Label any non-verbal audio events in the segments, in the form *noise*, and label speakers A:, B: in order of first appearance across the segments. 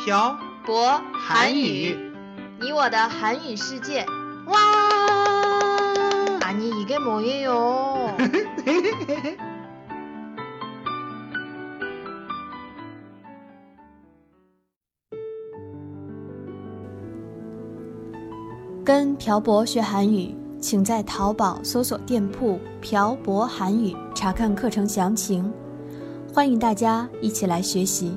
A: 朴
B: 博
A: 韩语
B: 你我的韩语世界。啊
A: 哇！
B: 아니 이게 뭐예요?
C: *laughs* 跟朴博学韩语，请在淘宝搜索店铺“朴博韩语”查看课程详情。欢迎大家一起来学习。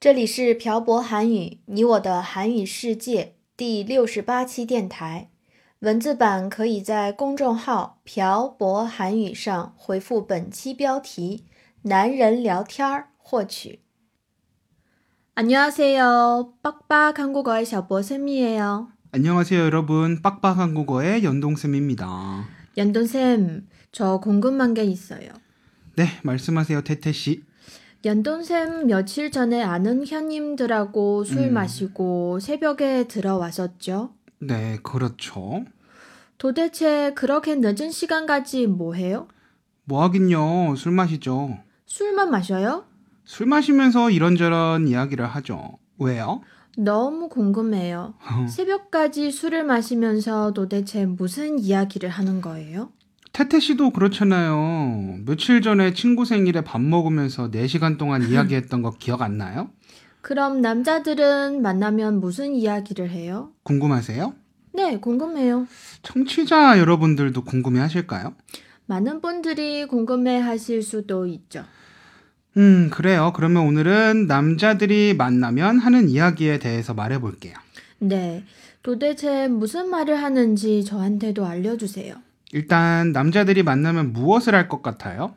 B: 这里是朴博韩语，你我的韩语世界第六十八期电台。文字版可以在公众号“朴博韩语”上回复本期标题“男人聊天儿”获取。안녕하세요，빡빡한국어의小보쌤이에요。
A: 안녕하세요 여러분 빡빡한 국어의 연동쌤입니다
B: 연돈 쌤, 저 궁금한 게 있어요.
A: 네 말씀하세요 태태씨
B: 연돈 쌤 며칠 전에 아는 현님들하고 술
A: 음.
B: 마시고 새벽에 들어왔었죠.
A: 네 그렇죠
B: 도대체 그렇게 늦은 시간까지 뭐 해요?
A: 뭐 하긴요 술 마시죠
B: 술만 마셔요?
A: 술 마시면서 이런저런 이야기를 하죠 왜요? *laughs*
B: 너무 궁금해요.
A: 음.
B: 새벽까지 술을 마시면서 도대체 무슨 이야기를 하는 거예요?
A: 태태씨도 그렇잖아요 며칠 전에 친구 생일에 밥 먹으면서 4시간 동안 이야기했던 거 기억 안 나요?
B: 그럼 남자들은 만나면 무슨 이야기를 해요?
A: 궁금하세요?
B: 네, 궁금해요.
A: 청취자 여러분들도 궁금해 하실까요?
B: 많은 분들이 궁금해 하실 수도 있죠.
A: 음, 그래요. 그러면 오늘은 남자들이 만나면 하는 이야기에 대해서 말해볼게요.
B: 네, 도대체 무슨 말을 하는지 저한테도 알려주세요.
A: 일단, 남자들이 만나면 무엇을 할 것 같아요?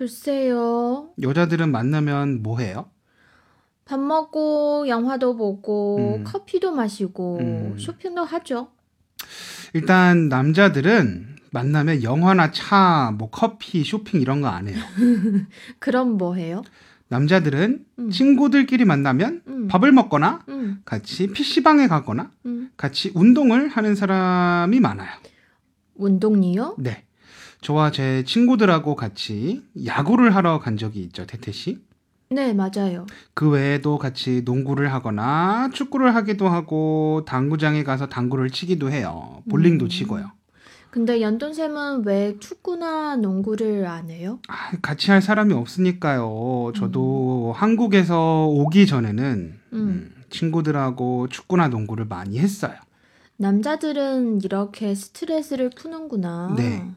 B: 글쎄요.
A: 여자들은 만나면 뭐 해요?
B: 밥 먹고 영화도 보고
A: 음.
B: 커피도 마시고
A: 음.
B: 쇼핑도 하죠.
A: 일단, 남자들은 만나면 영화나 차, 뭐 커피, 쇼핑 이런 거 안 해요.
B: 그럼 뭐 해요?
A: 남자들은
B: 음.
A: 친구들끼리 만나면
B: 음.
A: 밥을 먹거나
B: 음,
A: 같이 PC방에 가거나
B: 음.
A: 같이 운동을 하는 사람이 많아요.
B: 운동이요?
A: 네. 저와 제 친구들하고 같이 야구를 하러 간 적이 있죠, 태태 씨.
B: 네, 맞아요.
A: 그 외에도 같이 농구를 하거나 축구를 하기도 하고 당구장에 가서 당구를 치기도 해요. 볼링도
B: 음.
A: 치고요.
B: 근데 연돈쌤은 왜 축구나 농구를 안 해요?
A: 아, 같이 할 사람이 없으니까요. 저도 한국에서 오기 전에는
B: 음.
A: 음, 친구들하고 축구나 농구를 많이 했어요.
B: 남자들은 이렇게 스트레스를 푸는구나.
A: 네.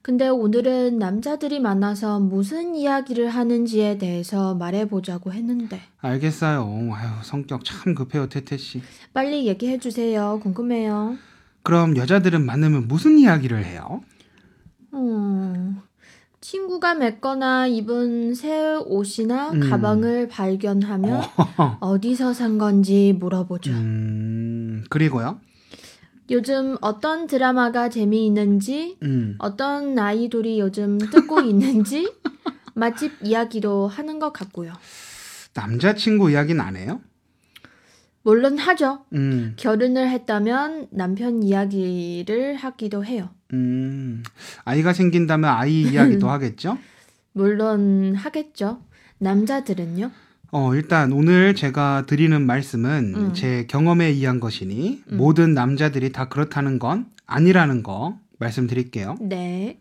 B: 근데 오늘은 남자들이 만나서 무슨 이야기를 하는지에 대해서 말해보자고 했는데
A: 알겠어요. 아유, 성격 참 급해요, 태태 씨.
B: 빨리 얘기해 주세요. 궁금해요.
A: 그럼 여자들은 만나면 무슨 이야기를 해요?
B: 음, 친구가 맺거나 입은 새 옷이나
A: 음. *laughs*
B: 가방을 발견하면 어디서 산 건지 물어보죠.
A: 음, 그리고요.
B: 요즘 어떤 드라마가 재미있는지,
A: 음.
B: 어떤 아이돌이 요즘
A: *laughs*
B: 뜨고 있는지 맛집 이야기도 하는 것 같고요.
A: 남자친구 이야기는 안 해요?
B: 물론 하죠.
A: 음.
B: 결혼을 했다면 남편 이야기를 하기도 해요.
A: 음, 아이가 생긴다면 아이
B: *laughs*
A: 이야기도 하겠죠?
B: 물론 하겠죠. 남자들은요?
A: 어, 일단 오늘 제가 드리는 말씀은
B: 음.
A: 제 경험에 의한 것이니
B: 음.
A: 모든 남자들이 다 그렇다는 건 아니라는 거 말씀드릴게요.
B: 네.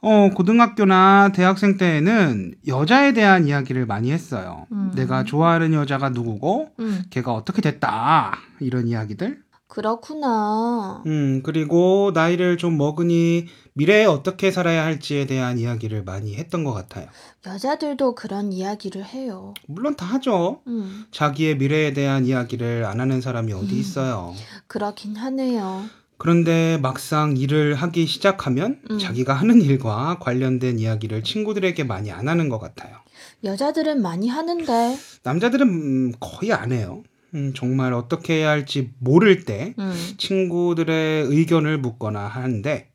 A: 어, 고등학교나 대학생 때에는 여자에 대한 이야기를 많이 했어요.
B: 음.
A: 내가 좋아하는 여자가 누구고
B: 음,
A: 걔가 어떻게 됐다. 이런 이야기들.
B: 그렇구나.
A: 음, 그리고 나이를 좀 먹으니 미래에 어떻게 살아야 할지에 대한 이야기를 많이 했던 것 같아요.
B: 여자들도 그런 이야기를 해요.
A: 물론 다 하죠.
B: 음,
A: 자기의 미래에 대한 이야기를 안 하는 사람이 어디 있어요.
B: 그렇긴 하네요.
A: 그런데 막상 일을 하기 시작하면
B: 음.
A: 자기가 하는 일과 관련된 이야기를 친구들에게 많이 안 하는 것 같아요.
B: 여자들은 많이 하는데.
A: 남자들은 음, 거의 안 해요. 음, 정말 어떻게 해야 할지 모를 때
B: 음,
A: 친구들의 의견을 묻거나 하는데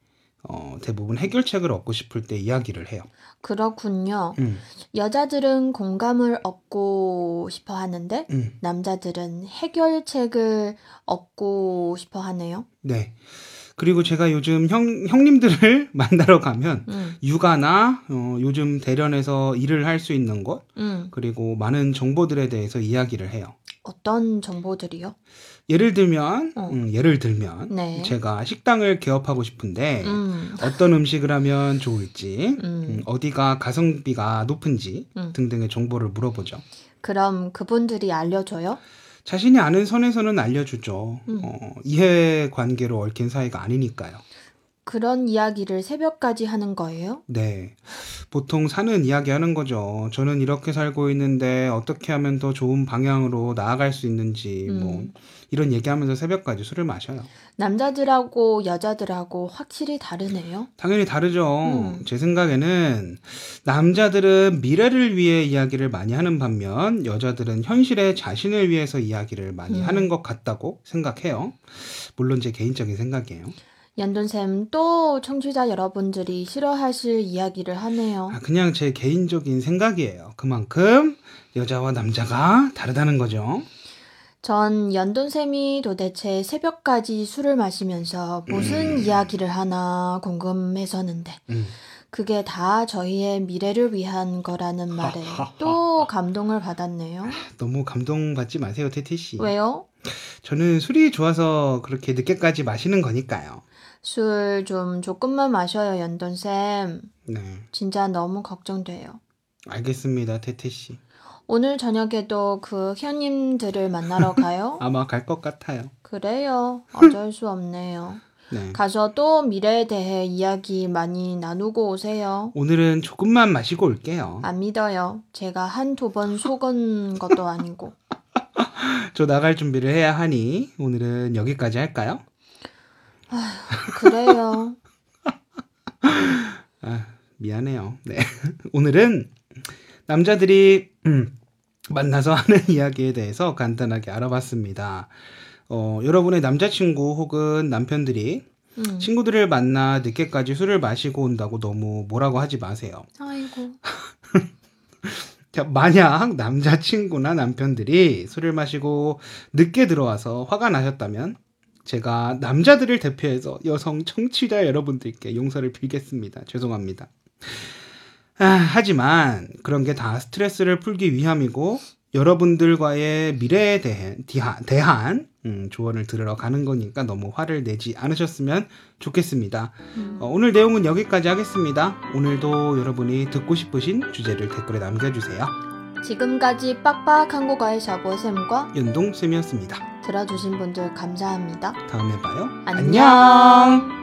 A: 어, 대부분 해결책을 얻고 싶을 때 이야기를 해요.
B: 그렇군요.
A: 음,
B: 여자들은 공감을 얻고 싶어 하는데,
A: 음,
B: 남자들은 해결책을 얻고 싶어 하네요.
A: 네. 그리고 제가 요즘 형, 형님들을 *laughs* 만나러 가면
B: 음,
A: 육아나 어, 요즘 대련에서 일을 할 수 있는 것
B: 음.
A: 그리고 많은 정보들에 대해서 이야기를 해요.
B: 어떤 정보들이요?
A: 예를 들면
B: 어.
A: 음, 예를 들면
B: 네.
A: 제가 식당을 개업하고 싶은데
B: 음,
A: 어떤 음식을 하면 좋을지 음,
B: 음.
A: 어디가 가성비가 높은지
B: 음.
A: 등등의 정보를 물어보죠.
B: 그럼 그분들이 알려줘요?
A: 자신이 아는 선에서는 알려주죠.
B: 음.
A: 어, 이해 관계로 얽힌 사이가 아니니까요.
B: 그런 이야기를 새벽까지 하는 거예요?
A: 네. 보통 사는 이야기 하는 거죠. 저는 이렇게 살고 있는데 어떻게 하면 더 좋은 방향으로 나아갈 수 있는지 뭐
B: 음.
A: 이런 얘기하면서 새벽까지 술을 마셔요.
B: 남자들하고 여자들하고 확실히 다르네요.
A: 당연히 다르죠.
B: 음.
A: 제 생각에는 남자들은 미래를 위해 이야기를 많이 하는 반면 여자들은 현실의 자신을 위해서 이야기를 많이
B: 음.
A: 하는 것 같다고 생각해요. 물론 제 개인적인 생각이에요.
B: 연돈쌤 또 청취자 여러분들이 싫어하실 이야기를 하네요.
A: 아, 그냥 제 개인적인 생각이에요. 그만큼 여자와 남자가 다르다는 거죠.
B: 전 연돈쌤이 도대체 새벽까지 술을 마시면서 무슨 이야기를 하나 궁금했었는데
A: 음.
B: 그게 다 저희의 미래를 위한 거라는 말에 또 감동을 받았네요.
A: 너무 감동받지 마세요, 태태 씨.
B: 왜요?
A: 저는 술이 좋아서 그렇게 늦게까지 마시는 거니까요.
B: 술 좀 조금만 마셔요, 연돈쌤.
A: 네,
B: 진짜 너무 걱정돼요.
A: 알겠습니다, 태태 씨.
B: 오늘 저녁에도 그 현님들을 만나러
A: *laughs*
B: 가요?
A: 아마 갈 것 같아요.
B: 그래요. 어쩔 수 없네요.
A: 네.
B: 가서 또 미래에 대해 이야기 많이 나누고 오세요.
A: 오늘은 조금만 마시고 올게요.
B: 안 믿어요. 제가 한 두 번 속은 것도 아니고.
A: 저 나갈 준비를 해야 하니 오늘은 여기까지 할까요?
B: 그래요.
A: 아, 미안해요. 네. *laughs* 오늘은 남자들이 음, 만나서 하는 *laughs* 이야기에 대해서 간단하게 알아봤습니다. 어, 여러분의 남자친구 혹은 남편들이
B: 음.
A: 친구들을 만나 늦게까지 술을 마시고 온다고 너무 뭐라고 하지 마세요.
B: 아이고.
A: 자, 만약 남자친구나 남편들이 술을 마시고 늦게 들어와서 화가 나셨다면 제가 남자들을 대표해서 여성 청취자 여러분들께 용서를 빌겠습니다. 죄송합니다. 아, 하지만 그런 게 다 스트레스를 풀기 위함이고 여러분들과의 미래에 대해 디하- 대한 음, 조언을 들으러 가는 거니까 너무 화를 내지 않으셨으면 좋겠습니다.
B: 음.
A: 어, 오늘 내용은 여기까지 하겠습니다. 오늘도 여러분이 듣고 싶으신 주제를 댓글에 남겨주세요.
B: 지금까지 빡빡 한국어의 샤보쌤과
A: 연동쌤이었습니다.
B: 들어주신 분들 감사합니다.
A: 다음에 봐요.
B: 안녕.